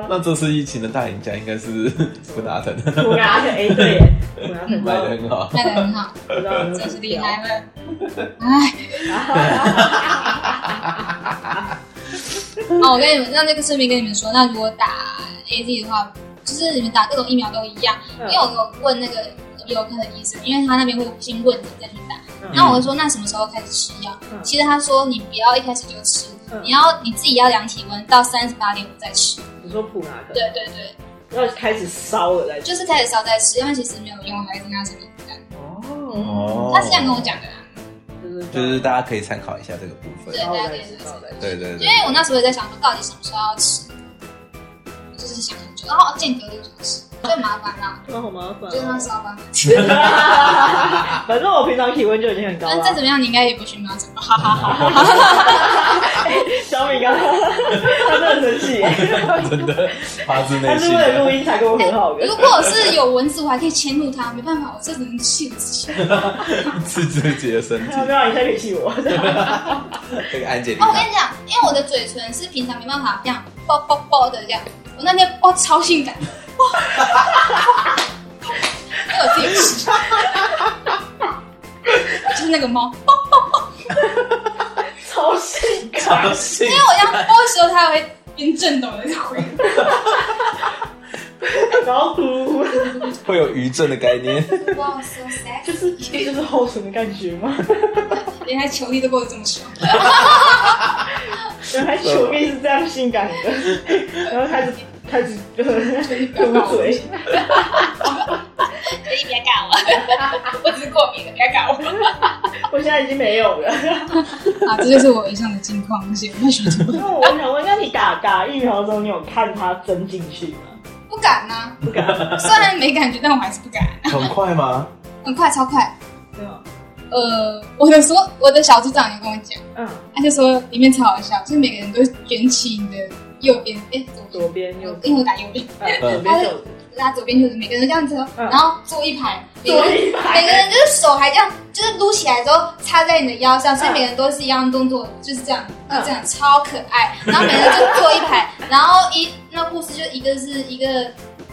[SPEAKER 3] 那这次疫情的大赢家应该是不达 腾，
[SPEAKER 2] 土牙的哎对，土牙很
[SPEAKER 3] 卖的很好。
[SPEAKER 1] 卖的很好，
[SPEAKER 2] 不知道
[SPEAKER 1] 真是厉害了。 哎，哦，我跟你们，那那个顺便跟你们说，那如果打 A Z 的话，就是你们打各种疫苗都一样，因为我有问那个有科的医生，因为他那边会先问你再去打。那我就说，那什么时候开始吃药？
[SPEAKER 2] 嗯
[SPEAKER 1] 其实他说你不要一开始就吃，
[SPEAKER 2] 嗯
[SPEAKER 1] 你要你自己要量体温到三十八点五再吃。
[SPEAKER 2] 你说普拿的
[SPEAKER 1] 对对对，
[SPEAKER 2] 要开始烧了再
[SPEAKER 1] 就是开始烧再吃，因为其实没有用，还是那身体负担。
[SPEAKER 2] 哦，
[SPEAKER 3] 哦
[SPEAKER 1] 他是这样跟我讲的啦，
[SPEAKER 2] 就是
[SPEAKER 3] 就是大家可以参考一下这个部分
[SPEAKER 1] 对。
[SPEAKER 2] 烧
[SPEAKER 1] 大家
[SPEAKER 2] 了
[SPEAKER 1] 可以
[SPEAKER 2] 再吃，
[SPEAKER 1] 知道
[SPEAKER 2] 烧了再吃。
[SPEAKER 3] 对对
[SPEAKER 1] 因
[SPEAKER 3] 对，
[SPEAKER 1] 为我那时候也在想说，到底什么时候要吃，就是想很久，然后间隔六小时，最麻烦啦，
[SPEAKER 2] 那好麻烦
[SPEAKER 1] 就是那时
[SPEAKER 2] 哦。
[SPEAKER 1] 候吧。
[SPEAKER 2] 反正我平常体温就已经很高啊
[SPEAKER 1] 反正
[SPEAKER 2] 了
[SPEAKER 1] 再。怎么样，你应该也不荨麻疹吧？哈哈哈。
[SPEAKER 2] 小敏 刚刚他真的很生气耶，
[SPEAKER 3] 真的发自内
[SPEAKER 2] 他是
[SPEAKER 3] 心
[SPEAKER 2] 为了录
[SPEAKER 3] 的。
[SPEAKER 2] 音才跟我和好的
[SPEAKER 1] 如。果是有蚊子，我还可以迁怒它，没办法，我这只能气我自己。
[SPEAKER 3] 是自己的身体
[SPEAKER 2] 他，没有，你才可以气我。
[SPEAKER 3] 这个安杰丽
[SPEAKER 1] 哦，我跟
[SPEAKER 3] 娜，
[SPEAKER 1] 你讲，因为我的嘴唇是平常没办法这样啵啵啵的这样，我那天啵超性感，哇，因为我自己吃，就是那个猫，哦啵
[SPEAKER 2] 超性感，
[SPEAKER 3] 超性
[SPEAKER 1] 因为我这样啵的时候，它还会边震动的回。
[SPEAKER 2] 然后哭，
[SPEAKER 3] 会有余震的概念，
[SPEAKER 1] 哇，so sexy，
[SPEAKER 2] 就是就是后唇的感觉吗？
[SPEAKER 1] 连他球力都过得这么爽。
[SPEAKER 2] 原来球迷是这样性感 的， 然后开始开始
[SPEAKER 1] 你不要
[SPEAKER 2] 嘟
[SPEAKER 1] 搞我，
[SPEAKER 2] 嘴，
[SPEAKER 1] 可以别尬 我，我只是过敏了，不要尬我。
[SPEAKER 2] 我现在已经没有了。
[SPEAKER 1] 啊，这就是我以上的近况，谢谢我不太喜欢这种
[SPEAKER 2] 那我想问，那你打打疫苗的时候，你有看它增进去吗？
[SPEAKER 1] 不敢呐、不敢。虽然没感觉，但我还是不敢。
[SPEAKER 4] 很快吗？
[SPEAKER 1] 很快，超快。
[SPEAKER 2] 没有。
[SPEAKER 1] 呃，我的说，我的小组长也跟我讲，
[SPEAKER 2] 嗯，
[SPEAKER 1] 他就说里面超好笑，就是每个人都卷起你的右边，哎、左
[SPEAKER 2] 左边右
[SPEAKER 1] 边，，因为我打右边，
[SPEAKER 2] 嗯左边右，
[SPEAKER 1] 拉左边就是每个人这样子哦，
[SPEAKER 2] 嗯
[SPEAKER 1] 然后坐一排，每个
[SPEAKER 2] 哎左
[SPEAKER 1] 人
[SPEAKER 2] 一排
[SPEAKER 1] 每个人就是手还这样，就是撸起来之后插在你的腰上，所以每个人都是一样的动作，就是这样，就
[SPEAKER 2] 嗯
[SPEAKER 1] 这样超可爱。然后每个人就坐一排，然后一那护士就一个是一个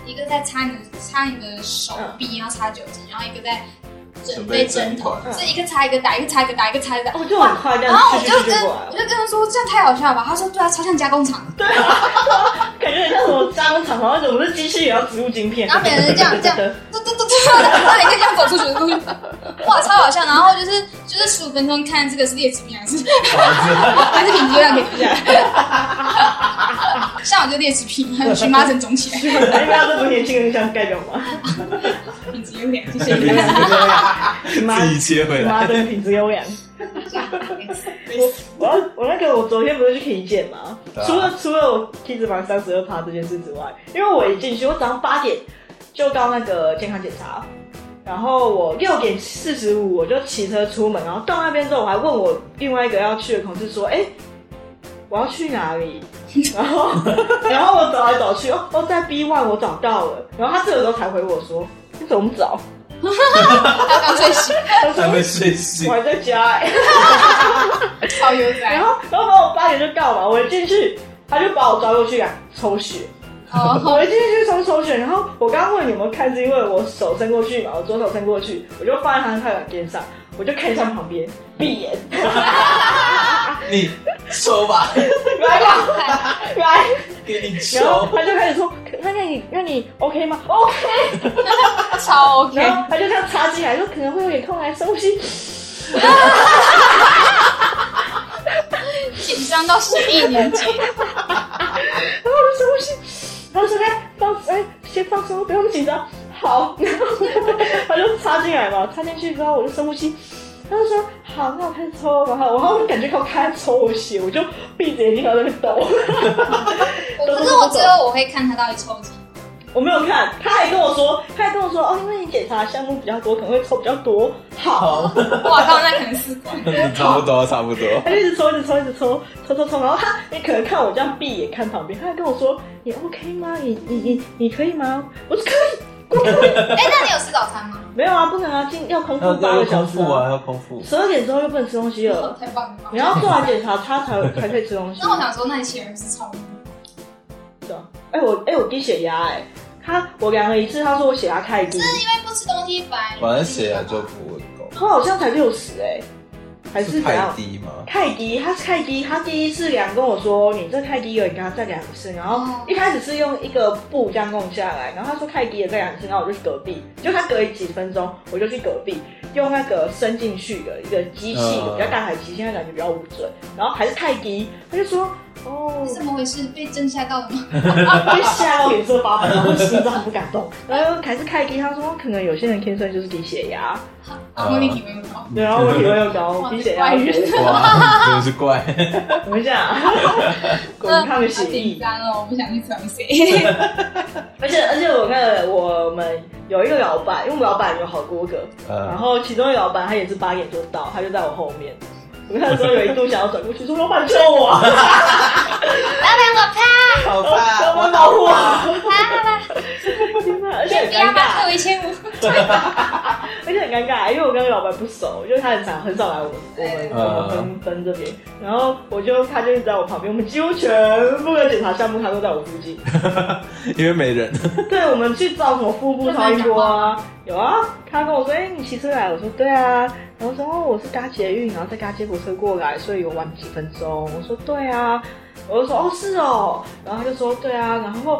[SPEAKER 1] 一个在擦你的擦你的手臂，然后擦酒精，然后一个在嗯准备针头，
[SPEAKER 2] 嗯
[SPEAKER 1] 所以一个擦一个打，一个擦一个打，一个擦一个打。
[SPEAKER 2] 哦我就很快这样
[SPEAKER 1] 然后我
[SPEAKER 2] 去
[SPEAKER 1] 就
[SPEAKER 2] 去
[SPEAKER 1] 跟
[SPEAKER 2] 去过
[SPEAKER 1] 我
[SPEAKER 2] 来，
[SPEAKER 1] 就跟他说这样太好笑了吧？他说对啊，超像加工厂。
[SPEAKER 2] 感觉很像什么加工厂，好像我们的机器也要植入晶片。
[SPEAKER 1] 然后每人这样这样嘟嘟嘟嘟，然后一个这样走出去，走出去，哇，超好笑。然后就是就是十五分钟看这个是劣质片还是还是品质量给留下来，像我就劣质品，还有荨麻疹肿起来，
[SPEAKER 2] 你们要这么年轻人想代表吗？
[SPEAKER 1] 品质优良，谢谢
[SPEAKER 3] 自
[SPEAKER 1] 你们。
[SPEAKER 2] 你妈，
[SPEAKER 3] 己切回
[SPEAKER 2] 你
[SPEAKER 3] 来。
[SPEAKER 2] 妈真的品质优良。我要我那个我昨天不是去体检吗？
[SPEAKER 3] 对啊
[SPEAKER 2] 除了除了我体脂肪三十二趴这件事之外，因为我一进去，我早上八点就到那个健康检查，然后我六点四十五我就骑车出门，然后到那边之后，我还问我另外一个要去的同事说：“哎、我要去哪里？” 然后 然后我找来找去，哦哦，在 B one 我找到了，然后他这个时候才回我说：“你怎么不找
[SPEAKER 1] 他刚睡醒，？”
[SPEAKER 2] 他说
[SPEAKER 3] 还没睡醒
[SPEAKER 2] 我，还在家、欸。
[SPEAKER 1] 超悠哉。
[SPEAKER 2] 然后然后把我八点就到嘛，我一进去他就把我抓过去啊抽血，
[SPEAKER 1] 哦，
[SPEAKER 2] 我一进去就抽抽血，然后我刚刚问你有没有看，是因为我手伸过去嘛，我左手伸过去，我就放在他的快板边上，我就看向旁边，闭眼，
[SPEAKER 4] 你抽 吧，
[SPEAKER 2] 来吧来，
[SPEAKER 4] 给你
[SPEAKER 2] 然后
[SPEAKER 4] 抽。
[SPEAKER 2] 他就开始说，可那那你那你 OK 吗？OK，
[SPEAKER 1] 超 OK，
[SPEAKER 2] 然后他就这样插进来，说可能会有点啊空来深呼吸，
[SPEAKER 1] 紧张到失忆年纪，
[SPEAKER 2] 然后我就深呼吸，然后说哎放哎先放松，不用紧张，好， 然后他就插进来嘛，插进去之后我就深呼吸，他就说好，那我开始抽，然后然后我就感觉到他在抽我血，我就闭着眼睛在那边抖，
[SPEAKER 1] 我可是我只有我会看他到底抽几，
[SPEAKER 2] 我没有看，他还跟我说，他还跟我说哦，因为你检查项目比较多，可能会抽比较多，好，
[SPEAKER 1] 哇靠，那可能是关。
[SPEAKER 3] 你差不多，差不多。
[SPEAKER 2] 他就一直抽，一直抽，一直抽，抽抽抽，然后他也可能看我这样闭眼看旁边，他还跟我说你 OK 吗？你你你你可以吗？我说可以，
[SPEAKER 1] 哎，那你有吃早餐吗？
[SPEAKER 2] 没有啊，不能啊，今要空腹
[SPEAKER 4] 要
[SPEAKER 2] 八
[SPEAKER 4] 要
[SPEAKER 2] 个小
[SPEAKER 4] 空
[SPEAKER 2] 时
[SPEAKER 4] 腹啊，，要空腹。
[SPEAKER 2] 十二点之后又不能吃东 西了。
[SPEAKER 1] 太棒了吧
[SPEAKER 2] 你！要做完检查，他才才可以吃 东西。
[SPEAKER 1] 那我想说，那你显然是超人。
[SPEAKER 2] 对啊哎、我哎、我低血压哎、他我量了一次，他说我血压太低，
[SPEAKER 1] 因为不吃东西反而
[SPEAKER 3] 反正血压就不会高，
[SPEAKER 2] 他好像才六十哎，还是怎
[SPEAKER 3] 太
[SPEAKER 2] 样？
[SPEAKER 3] 低吗？
[SPEAKER 2] 太低，他是太低，他第一次量跟我说你这太低了，你跟他再量一次。然后一开始是用一个布这样弄下来，然后他说太低了再量一次，然后我就去隔壁，就他隔几分钟我就去隔壁用那个伸进去的一个机器，
[SPEAKER 3] 嗯
[SPEAKER 2] 比较大台机，现在感觉比较无准，然后还是太低，他就说哦，
[SPEAKER 1] 怎么回事？被震吓到了吗？
[SPEAKER 2] 被吓到脸色发白，然后心脏不敢动，然后还是太低，他说可能有些人天生就是低血压，
[SPEAKER 1] 啊，茉莉体温高。
[SPEAKER 2] 对，然后我体温又高，我低血压
[SPEAKER 1] 哇你怪人
[SPEAKER 3] 哇，真是怪。
[SPEAKER 2] 等一下，滚烫的血
[SPEAKER 1] 紧
[SPEAKER 2] 液。
[SPEAKER 1] 张了，我不想去传谁。
[SPEAKER 2] 而且而且我看我们有一个老板，因为我们老板有好多个，然
[SPEAKER 3] 呃，
[SPEAKER 2] 后其中一个老板他也是八点就到，他就在我后面。我看的时候有一度想要转过去说：“老板救我 啊，
[SPEAKER 4] 好
[SPEAKER 2] 老
[SPEAKER 4] 吧，
[SPEAKER 2] 板保护我！” 天哪，而且很
[SPEAKER 1] 不要
[SPEAKER 2] 尴
[SPEAKER 1] 吧，扣
[SPEAKER 2] 尬，
[SPEAKER 1] 一千五。
[SPEAKER 2] 而且很尴尬，因为我跟老板不熟，就是他很常很少来我们我们我们分分这边，然后我就他就一直在我旁边，我们几乎全部的检查项目他都在我附近。
[SPEAKER 3] 因为没人，
[SPEAKER 2] 对，我们去照什么腹部超音波啊？有啊，他跟我说，哎、你骑车来？我说对啊。然后说，哦，我是搭捷运，然后再搭接驳车过来，所以有晚几分钟。我说对啊。我就说哦是哦，然后他就说对啊，然后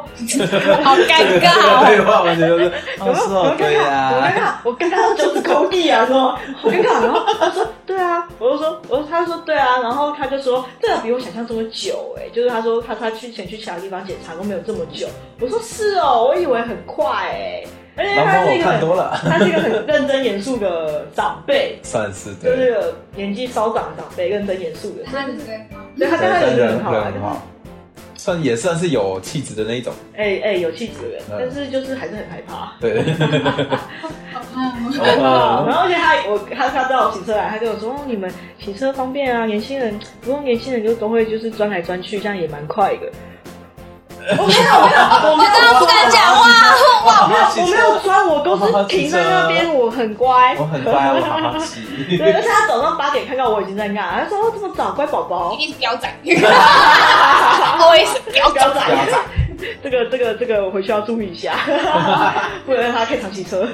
[SPEAKER 1] 好 尴
[SPEAKER 3] 这个
[SPEAKER 1] 尬
[SPEAKER 3] 对话完全就是，
[SPEAKER 2] 有
[SPEAKER 3] 哦，
[SPEAKER 2] 没有
[SPEAKER 3] 是
[SPEAKER 2] 有没
[SPEAKER 3] 哦
[SPEAKER 2] 有，
[SPEAKER 3] 对
[SPEAKER 2] 尴尬？有没有尴
[SPEAKER 3] 呀，
[SPEAKER 2] 尬？我尴尬到九指抠地啊，说好尴尬。然后他说对啊，我就说，我他就说对啊，然后他就说这个比我想象中的久哎、就是他说他他去前去其他地方检查都没有这么久。我说是哦，我以为很快哎、而且
[SPEAKER 4] 南
[SPEAKER 2] 他
[SPEAKER 4] 方
[SPEAKER 2] 是
[SPEAKER 4] 我
[SPEAKER 2] 一个
[SPEAKER 4] 看
[SPEAKER 2] 很
[SPEAKER 4] 多了，
[SPEAKER 2] 他是一个很认真严肃的长辈，
[SPEAKER 3] 算是
[SPEAKER 2] 就
[SPEAKER 3] 对，
[SPEAKER 2] 是有年纪稍长的长辈，认真严肃的，
[SPEAKER 1] 他的对话，
[SPEAKER 2] 对他对他人
[SPEAKER 4] 人
[SPEAKER 2] 也很好啊，
[SPEAKER 4] 很好，
[SPEAKER 3] 算也算是有气质的那一种，
[SPEAKER 2] 哎哎有气质的人，但是就是还是很害怕。
[SPEAKER 3] 对，
[SPEAKER 1] 好看哦。
[SPEAKER 4] 哦
[SPEAKER 2] 啊，然后而且他我他他知道我骑车来，他跟我说哦，你们骑车方便啊，年轻人不过年轻人就都会就是钻来钻去，这样也蛮快的。我没有，我没有，我没有，
[SPEAKER 1] 我不敢讲话，
[SPEAKER 4] 哇，我
[SPEAKER 2] 我没有钻，我都
[SPEAKER 4] 好好
[SPEAKER 2] 是
[SPEAKER 4] 骑
[SPEAKER 2] 停
[SPEAKER 4] 车
[SPEAKER 2] 在那边，我很乖
[SPEAKER 4] 我。很乖，我好好骑。
[SPEAKER 2] 对，而且他早上八点看到我已经在那，他说哦这么早，乖宝宝
[SPEAKER 1] 一。定是彪仔，always 彪
[SPEAKER 2] 彪
[SPEAKER 1] 仔。
[SPEAKER 2] 仔，这个这个这个，我回去要注意一下，不能让他太常骑车。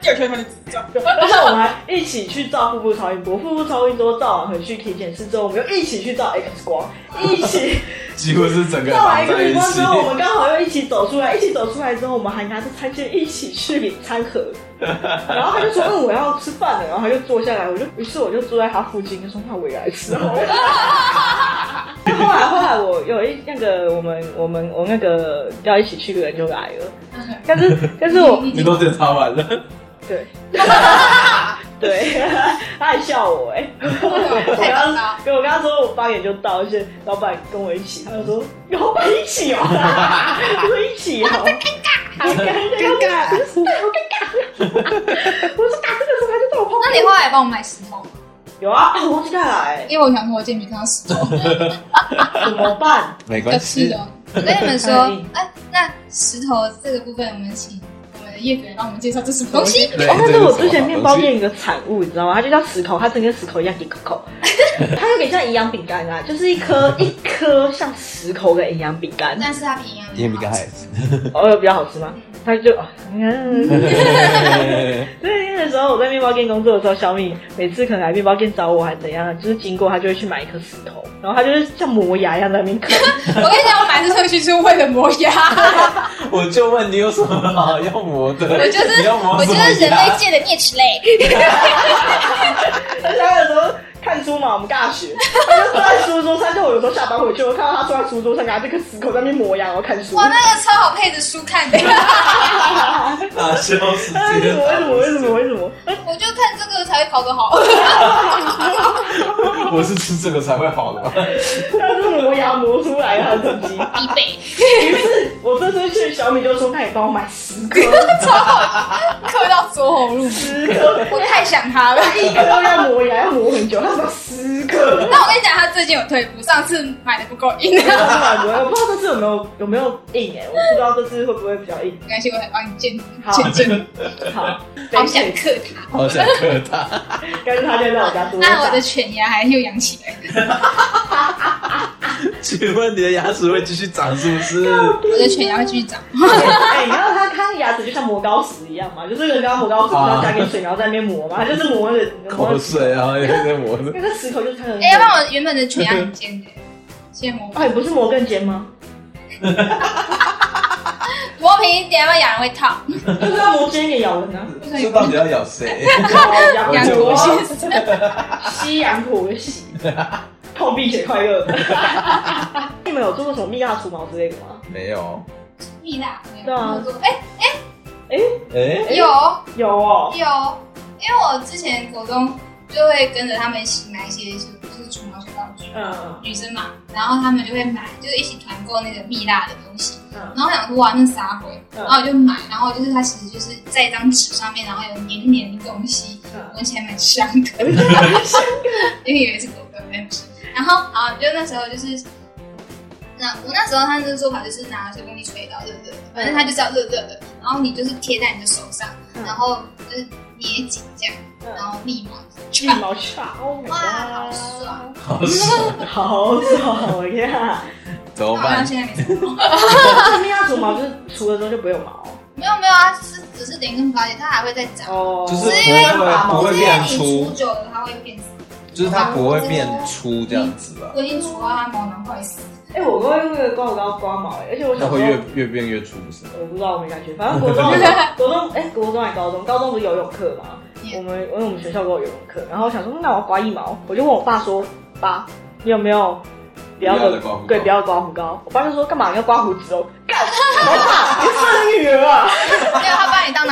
[SPEAKER 4] 第二天他就自驾，
[SPEAKER 2] 而且我们还一起去照腹部超音波，腹部超音波照完回去体检室之后，我们又一起去照 X 光，一起
[SPEAKER 3] 几乎是整个
[SPEAKER 2] 照完
[SPEAKER 3] 绑在
[SPEAKER 2] X
[SPEAKER 3] 一
[SPEAKER 2] 光之
[SPEAKER 3] 起。
[SPEAKER 2] 后，我们刚好又一起走出来，一起走出来之后，我们还拿着餐券一起去领餐 盒，然后他就说：“嗯，我要吃饭了。”然后他就坐下来，我就于是我就坐在他附近，就说：“那我也来吃好 了。”后来后来我有一那个我们我们我那个要一起去的人就来 了，但是但是我
[SPEAKER 3] 你都检查完了，
[SPEAKER 2] 对， 对， 他还笑我哎、我
[SPEAKER 1] 太
[SPEAKER 2] 刚
[SPEAKER 1] 高了
[SPEAKER 2] 刚，跟我刚刚说我八点就到，而且老板跟我一起，他就说老板一起哦， 我说一起哦，好尴尬，尴尬，我说好尴尬，我说打这个时候他就到我旁
[SPEAKER 1] 那
[SPEAKER 2] 边，
[SPEAKER 1] 你后来帮我买石头吗，
[SPEAKER 2] 有啊，啊我忘记带来，
[SPEAKER 1] 因为我想说，我今天没看到石头。
[SPEAKER 2] 怎么办？
[SPEAKER 3] 没
[SPEAKER 1] 要
[SPEAKER 3] 关
[SPEAKER 1] 吃
[SPEAKER 3] 系
[SPEAKER 1] 的。。我跟你们说
[SPEAKER 2] 可 以，
[SPEAKER 1] 哎、那石头这个部分，我们请我们的叶主任帮我们介绍这是什么东西。
[SPEAKER 3] 对
[SPEAKER 2] 哦，那
[SPEAKER 3] 这
[SPEAKER 2] 是
[SPEAKER 3] 是
[SPEAKER 2] 我
[SPEAKER 3] 什么
[SPEAKER 2] 之前
[SPEAKER 3] 好
[SPEAKER 2] 面
[SPEAKER 3] 东
[SPEAKER 2] 包
[SPEAKER 3] 西
[SPEAKER 2] 店一个产物，你知道吗？它就叫石口，它真跟石口一样，一口口，它有点像营养饼干啊，就是一颗一颗像石口的营养饼干，
[SPEAKER 1] 但是它比营养
[SPEAKER 3] 也比
[SPEAKER 1] 好
[SPEAKER 3] 刚
[SPEAKER 1] 吃
[SPEAKER 3] 才，
[SPEAKER 2] 偶哦尔比较好吃吗？他就，嗯， 对，那个时候我在面包店工作的时候，小米每次可能来面包店找我，还怎样，就是经过他就会去买一颗石头，然后他就是像磨牙一样在那边啃。
[SPEAKER 1] 我跟你讲，我买这东西就是为了磨牙，
[SPEAKER 4] 我就问你有什么好要磨的？
[SPEAKER 1] 我就是
[SPEAKER 4] 你要磨
[SPEAKER 1] 我
[SPEAKER 4] 什
[SPEAKER 1] 就
[SPEAKER 4] 么
[SPEAKER 1] 是人类
[SPEAKER 4] 牙？
[SPEAKER 1] 界的啮齿类。
[SPEAKER 2] 而且他有时候看书嘛，我们大学，他就坐在书桌上，就我有时候下班回去，我看到他坐在书桌上拿这个石头在那边磨牙，然后看书。
[SPEAKER 1] 哇，那个超好配着书看的，
[SPEAKER 3] 啊
[SPEAKER 4] 哪消时
[SPEAKER 2] 哎为什
[SPEAKER 4] 间？
[SPEAKER 2] 么？为什么？为什么？为什么？
[SPEAKER 1] 我就看这个才会考得好。
[SPEAKER 3] 我是吃这个才会好 的吧。
[SPEAKER 2] 他是磨牙磨出来的他自己。
[SPEAKER 1] 必备，
[SPEAKER 2] 于是我这次去，小米就说：“那你帮我买十颗，
[SPEAKER 1] 刻到左喉入骨，
[SPEAKER 2] 十颗，
[SPEAKER 1] 我太想他了。
[SPEAKER 2] 一颗要磨牙要磨很久，他说十颗。”
[SPEAKER 1] 那我跟你讲，他最近有退步，上次买的不够硬，
[SPEAKER 2] 不我不知道这次有没有有没有硬哎、我不知道这次会不会比较硬。
[SPEAKER 1] 没关系，我来帮你鉴定
[SPEAKER 2] 好
[SPEAKER 1] 鉴证。
[SPEAKER 2] 好，
[SPEAKER 1] 好想克他，
[SPEAKER 3] 好想克他，
[SPEAKER 2] 但是他就在我家桌
[SPEAKER 1] 那我的
[SPEAKER 2] 上。
[SPEAKER 1] 犬牙还又扬起来。
[SPEAKER 3] 请问你的牙齿会继续长是不是？
[SPEAKER 1] 我的犬牙会继续长。
[SPEAKER 2] 哎、然后他他牙齿就像磨膏石一样嘛，就是人家磨膏石，然后加点水，然后在那边磨嘛，他就是磨的
[SPEAKER 3] 口水。啊，也在磨的
[SPEAKER 2] 那。个石头就是他的。
[SPEAKER 1] 哎、要不然我原本的犬牙很尖的，现在磨
[SPEAKER 2] 哦，你不是磨更尖吗？
[SPEAKER 1] 磨平一点，要不然咬人会痛。
[SPEAKER 2] 就是要磨尖一点咬人 啊，
[SPEAKER 3] 这到底要咬谁？
[SPEAKER 2] 养
[SPEAKER 1] 养
[SPEAKER 2] 国
[SPEAKER 1] 国
[SPEAKER 2] 西
[SPEAKER 1] 先生，
[SPEAKER 2] 西洋婆媳，痛并且快乐。你们有做过什么蜜蜡除毛之类的吗？
[SPEAKER 3] 没有。
[SPEAKER 1] 蜜蜡。
[SPEAKER 2] 对啊。
[SPEAKER 1] 哎、
[SPEAKER 3] 哎，
[SPEAKER 1] 有
[SPEAKER 2] 有哦，
[SPEAKER 1] 有，因为我之前国中就会跟着他们一起买一些就是除毛小道具，
[SPEAKER 2] 嗯
[SPEAKER 1] 女生嘛，然后他们就会买，就是一起团购那个蜜蜡的东西。
[SPEAKER 2] 嗯，
[SPEAKER 1] 然后我想说哇，那啥回，
[SPEAKER 2] 嗯
[SPEAKER 1] 然后我就买，然后就是它其实就是在一张纸上面，然后有黏黏的东西，
[SPEAKER 2] 嗯
[SPEAKER 1] 闻起来蛮香的， 因为以为是狗狗，没有吃。然后啊，就那时候就是，那我那时候他的做法就是拿吹风机吹到热热的，反正它就是要热热的，然后你就是贴在你的手上，
[SPEAKER 2] 嗯
[SPEAKER 1] 然后就是捏紧这样，
[SPEAKER 2] 嗯
[SPEAKER 1] 然后立马
[SPEAKER 2] 一
[SPEAKER 1] 穿，
[SPEAKER 2] 毛刷，Oh my
[SPEAKER 1] 哇，好
[SPEAKER 2] god！
[SPEAKER 1] 爽！
[SPEAKER 3] 好爽，
[SPEAKER 2] 好爽呀！
[SPEAKER 3] 怎
[SPEAKER 1] 那
[SPEAKER 3] 么
[SPEAKER 1] 好像
[SPEAKER 3] 办？
[SPEAKER 1] 现在没什么。
[SPEAKER 2] 这蜜蜡除毛就是除了之后就不会有毛
[SPEAKER 1] 没有没有啊，是只是零跟发现它还会再长，
[SPEAKER 2] 哦，
[SPEAKER 3] 就是
[SPEAKER 1] 因为
[SPEAKER 3] 不会不会
[SPEAKER 1] 就是因为
[SPEAKER 3] 变
[SPEAKER 1] 你
[SPEAKER 3] 粗
[SPEAKER 1] 除久了它会变死。
[SPEAKER 3] 就是它不会变粗这样子啊吧？
[SPEAKER 1] 我已经除到它毛囊快死了，
[SPEAKER 2] 哎，我刚用那个刮胡刀刮毛，哎而且我
[SPEAKER 3] 它
[SPEAKER 2] 小
[SPEAKER 3] 会
[SPEAKER 2] 时
[SPEAKER 3] 越
[SPEAKER 2] 候。
[SPEAKER 3] 越变越粗，不是吗？
[SPEAKER 2] 我不知道，我没感觉。反正国 中的时候，国中哎、国中还高中，高中不是游泳课嘛？
[SPEAKER 1] Yeah.
[SPEAKER 2] 我们因为我们学校都有游泳课，然后我想说，那我要刮一毛，我就问我爸说，爸，你有没有不要
[SPEAKER 3] 不要
[SPEAKER 2] 的
[SPEAKER 3] 的刮胡刀
[SPEAKER 2] 对不要的刮胡刀？我爸就说，干嘛你要刮胡子哦？干，我爸，你是你女儿啊？
[SPEAKER 1] 没有，他把你当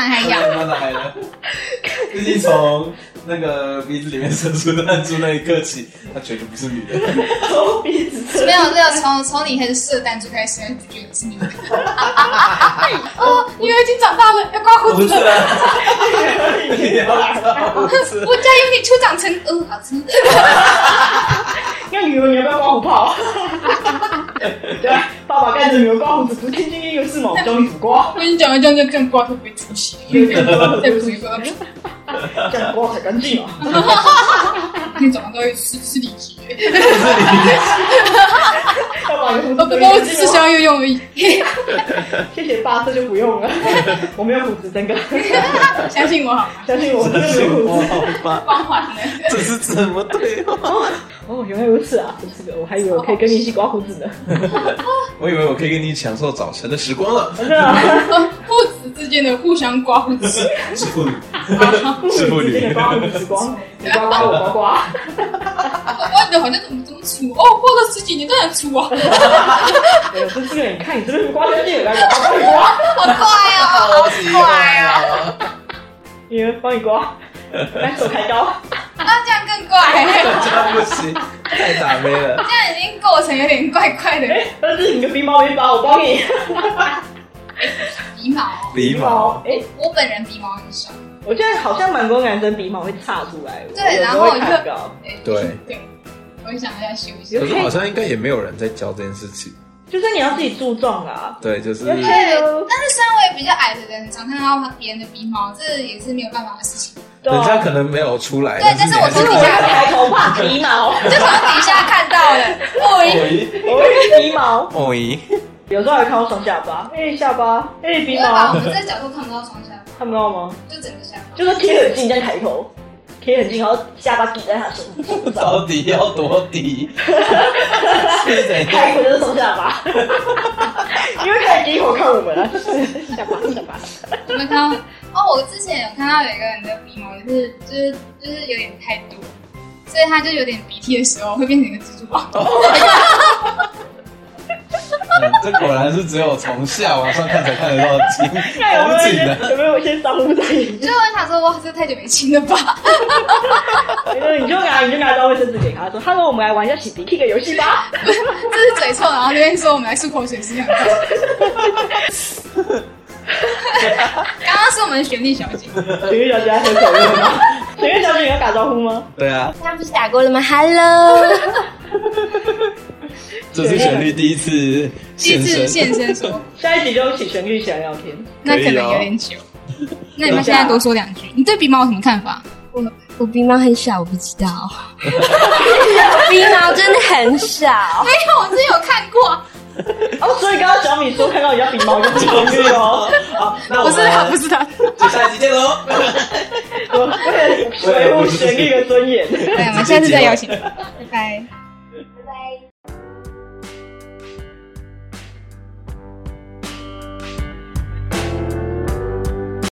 [SPEAKER 3] 毕竟从那个鼻子里面伸出弹珠那一刻起，他绝对不是女人。
[SPEAKER 2] 抠鼻子，
[SPEAKER 1] 没有没有，从从你开始射弹珠开始，就觉得是你。哦，女儿已经长大了，要刮胡
[SPEAKER 3] 不
[SPEAKER 1] 子
[SPEAKER 3] 是
[SPEAKER 1] 了。
[SPEAKER 3] 啊，你要打胡子。
[SPEAKER 1] 我家有你初长成，嗯，好吃。
[SPEAKER 2] 那女儿你要不要刮胡 泡？对啊，爸爸看着女儿刮胡子，不天天又是嘛，我教你不刮，
[SPEAKER 1] 我跟你讲了，这样就更刮会不会出息？再不出息，
[SPEAKER 2] 这样刮才干净啊嘛。
[SPEAKER 1] 你早上都会吃吃里脊。
[SPEAKER 2] 要不然你胡
[SPEAKER 1] 哦，不
[SPEAKER 2] 子都
[SPEAKER 1] 过
[SPEAKER 2] 有
[SPEAKER 1] 我只是想要用用而已。
[SPEAKER 2] 谢谢爸，这就不 用了，我没有胡子，真的，
[SPEAKER 1] 相信我好吗？
[SPEAKER 2] 相信我，真
[SPEAKER 3] 真
[SPEAKER 2] 的没
[SPEAKER 3] 是
[SPEAKER 2] 有胡
[SPEAKER 3] 我
[SPEAKER 2] 子。
[SPEAKER 3] 好吧？
[SPEAKER 1] 光环呢？
[SPEAKER 3] 这是怎么对话？
[SPEAKER 2] 哦，原来如此啊！真是的，我还以为我可以跟你一起刮胡子呢。
[SPEAKER 3] 我以为我可以跟你享受早晨的时光了。
[SPEAKER 2] 真的啊，
[SPEAKER 1] 父子之间的互相刮胡子，
[SPEAKER 3] 是妇女，
[SPEAKER 2] 是
[SPEAKER 3] 妇女
[SPEAKER 2] 真的刮胡子光，你刮刮我刮刮，
[SPEAKER 1] 我你的好像怎么怎么杵哦，过了十几年都能杵啊，
[SPEAKER 2] 没有，这这个呃你看，你这边刮干净了，来，我帮你
[SPEAKER 1] 好
[SPEAKER 2] 刮，
[SPEAKER 1] 怪啊，好怪啊，
[SPEAKER 3] 啊！
[SPEAKER 2] 女儿帮你刮，来手抬高，
[SPEAKER 1] 那这样更怪，
[SPEAKER 3] 这样不行，太打妹
[SPEAKER 1] 这
[SPEAKER 3] 了。
[SPEAKER 1] 样已哦经构成有点怪怪的
[SPEAKER 2] 哎，儿子，你的鼻毛没拔，我帮你。
[SPEAKER 1] 鼻毛。
[SPEAKER 3] 鼻毛，，
[SPEAKER 2] 哎，
[SPEAKER 1] 我本人鼻毛很少，
[SPEAKER 2] 我觉得好像蛮多男生鼻毛会岔出来，
[SPEAKER 1] 对
[SPEAKER 2] 有时
[SPEAKER 1] 然
[SPEAKER 2] 候
[SPEAKER 1] 后
[SPEAKER 2] 会看到，
[SPEAKER 1] 对
[SPEAKER 3] 对
[SPEAKER 1] 哎对，我想要休息。
[SPEAKER 2] 有
[SPEAKER 3] 可
[SPEAKER 2] 些
[SPEAKER 3] 是好像应该也没有人在教这件事情。
[SPEAKER 2] 就是你要自己注重啊啦。
[SPEAKER 3] 对，就是
[SPEAKER 2] 有些人
[SPEAKER 1] 但是身为比较矮的人，常看到别人的鼻毛，这也是没有办法的事情。
[SPEAKER 2] 对啊
[SPEAKER 3] 人家可能没有出来，
[SPEAKER 1] 对但是我
[SPEAKER 2] 可
[SPEAKER 3] 从
[SPEAKER 2] 是
[SPEAKER 1] 从
[SPEAKER 2] 我
[SPEAKER 1] 底
[SPEAKER 2] 是
[SPEAKER 1] 下
[SPEAKER 2] 抬头怕 鼻毛，
[SPEAKER 1] 就从底下看到了，哦，
[SPEAKER 3] 咦
[SPEAKER 2] 我会鼻毛，
[SPEAKER 3] 哦咦，
[SPEAKER 2] 有时候还看到双下巴，哎，下巴，哎，鼻
[SPEAKER 1] 因为把
[SPEAKER 2] 毛
[SPEAKER 1] 我，们这角度看不到双下巴，
[SPEAKER 2] 看不到吗？
[SPEAKER 1] 就整个下巴。
[SPEAKER 2] 就是贴很近再抬头，贴很近，然后下巴抵在他手上，
[SPEAKER 3] 到底要多低？是怎样？
[SPEAKER 2] 开口就是从下 巴，因为太低头看我们了，下巴下巴，
[SPEAKER 1] 有没有看到？ 哦，我之前有看到有一个人的鼻毛就是就是就是有点太多，所以他就有点鼻涕的时候会变成一个蜘蛛网。
[SPEAKER 3] 嗯这果然是只有从下往上看才看得到的景
[SPEAKER 1] 哎
[SPEAKER 3] 啊
[SPEAKER 2] 看有没有
[SPEAKER 3] 风
[SPEAKER 2] 一
[SPEAKER 3] 景的。
[SPEAKER 2] 些有没有一些商务在眼睛，
[SPEAKER 1] 就是我想说，哇，这太久没亲了吧？
[SPEAKER 2] 你就你就拿你就拿到卫生纸给他说，Hello，我们来玩一下洗鼻涕的游戏吧。
[SPEAKER 1] 这是嘴臭，然后那边说我们来漱口水是这样。刚刚是我们的旋律小姐，
[SPEAKER 2] 水月小姐在喝口水吗？ 水月小姐，你要打招呼吗？
[SPEAKER 3] 对啊，
[SPEAKER 5] 刚不是打过了吗？Hello，
[SPEAKER 3] 这是旋律第一次
[SPEAKER 1] 第一
[SPEAKER 3] 现
[SPEAKER 1] 次
[SPEAKER 3] 身，
[SPEAKER 1] 现身哦说，
[SPEAKER 2] 下一集就请旋律起来聊天。
[SPEAKER 1] 那可能有点 久。那你们现在多说两句，你对鼻毛有什么看法？
[SPEAKER 5] 我鼻毛很少，我不知道，我 鼻毛真的很少。
[SPEAKER 1] 没有，我之前有看过，
[SPEAKER 2] 哦，所以刚刚小米说看到人家鼻毛就不同意哦。
[SPEAKER 3] 好，那
[SPEAKER 1] 不
[SPEAKER 3] 我
[SPEAKER 1] 是他，不
[SPEAKER 3] 们
[SPEAKER 1] 是他。
[SPEAKER 3] 就下一集见喽。
[SPEAKER 2] 我为了维护旋律的尊严。
[SPEAKER 1] 对，我们下次再邀请。